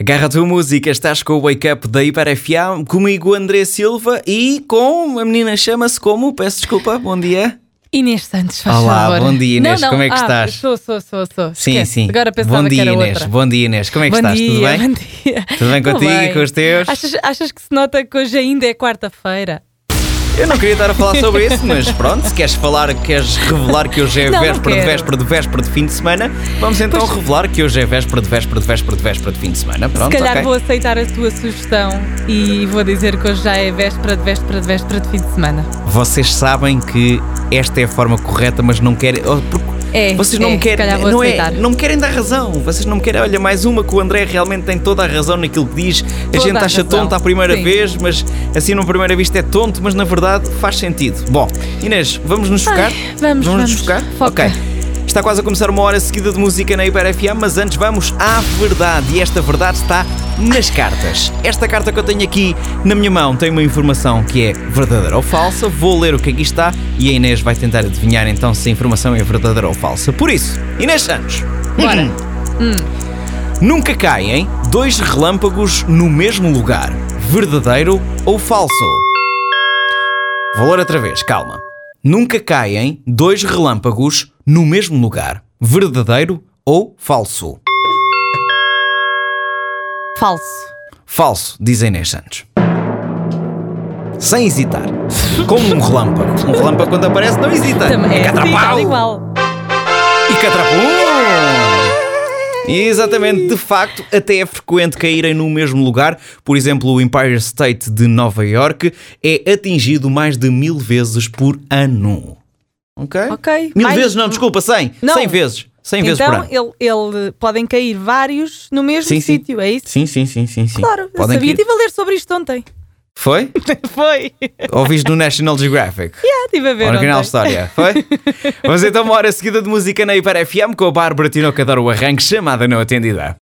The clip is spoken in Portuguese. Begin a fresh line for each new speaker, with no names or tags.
Agarra a tua música, estás com o Wake Up da Hiper FM, comigo André Silva e com a menina chama-se como? Peço desculpa, bom dia.
Inês Santos, faz
Olá,
favor.
bom dia, Inês,
Não, não,
como é que
ah,
estás?
Sou, sou, sou, sou.
Sim,
Esquece.
sim.
Agora pensava
bom dia,
que era
Inês.
outra.
Bom dia, Inês. Como é que
bom
estás?
dia,
Tudo bem?
Bom dia.
Tudo bem
Tô
contigo e com os teus?
Achas, achas que se nota que hoje ainda é quarta-feira?
Eu não queria estar a falar sobre isso, mas pronto, se queres falar, queres revelar que hoje é
Não, não
véspera de
quero.
véspera de véspera de fim de semana, vamos então revelar que hoje é véspera de véspera de véspera de véspera de fim de semana. Pronto,
se calhar
ok.
vou aceitar a tua sugestão e vou dizer que hoje já é véspera de véspera de véspera de fim de semana.
Vocês sabem que esta é a forma correta, mas não querem. oh, porque
É,
vocês não
é,
me
se
querem.
calhar vou
não, é-
aceitar.
não me querem dar razão. Vocês não me querem. Olha, mais uma que o André realmente tem toda a razão naquilo que diz. a
Toda
gente
a
acha
razão.
tonto à primeira
Sim.
vez, mas assim, numa primeira vista, é tonto, mas na verdade faz sentido. Bom, Inês, vamos nos focar?
vamos,
nos
vamos.
focar?
Foca.
Ok. Está quase a começar uma hora seguida de música na Hiper FM, mas antes vamos à verdade. E esta verdade está nas cartas. Esta carta que eu tenho aqui na minha mão tem uma informação que é verdadeira ou falsa. Vou ler o que aqui está e a Inês vai tentar adivinhar então se a informação é verdadeira ou falsa. Por isso, Inês Santos.
Bora.
Hum. Nunca caem dois relâmpagos no mesmo lugar. Verdadeiro ou falso? Vou ler outra vez, calma. Nunca caem dois relâmpagos no mesmo lugar. Verdadeiro ou falso?
Falso.
Falso, diz a Inês Santos. Sem hesitar. Como um relâmpago. Um relâmpago quando aparece não hesita.
Também é, sim,
catrapau.
tal igual.
E catrapum! Exatamente, de facto, até é frequente caírem no mesmo lugar. Por exemplo, o Empire State de Nova York é atingido mais de mil vezes por ano. Ok?
Ok,
Mil
mais-
vezes não, desculpa, cem.
Não.
Cem vezes. Cem vezes por
Então
ano.
ele, ele- podem cair vários no mesmo
Sim, sim.
sítio, é isso?
Sim, sim, sim, sim, sim.
Claro, eu
Podem
sabia.
cair.
Estive a ler sobre isto ontem.
Foi?
Foi.
Ouviste no National Geographic?
Ah, estive a ver
Original
ontem.
história, foi? Vamos então uma hora seguida de música na Hiper FM com a Bárbara Tinoca Adoro o Arranque, chamada não atendida.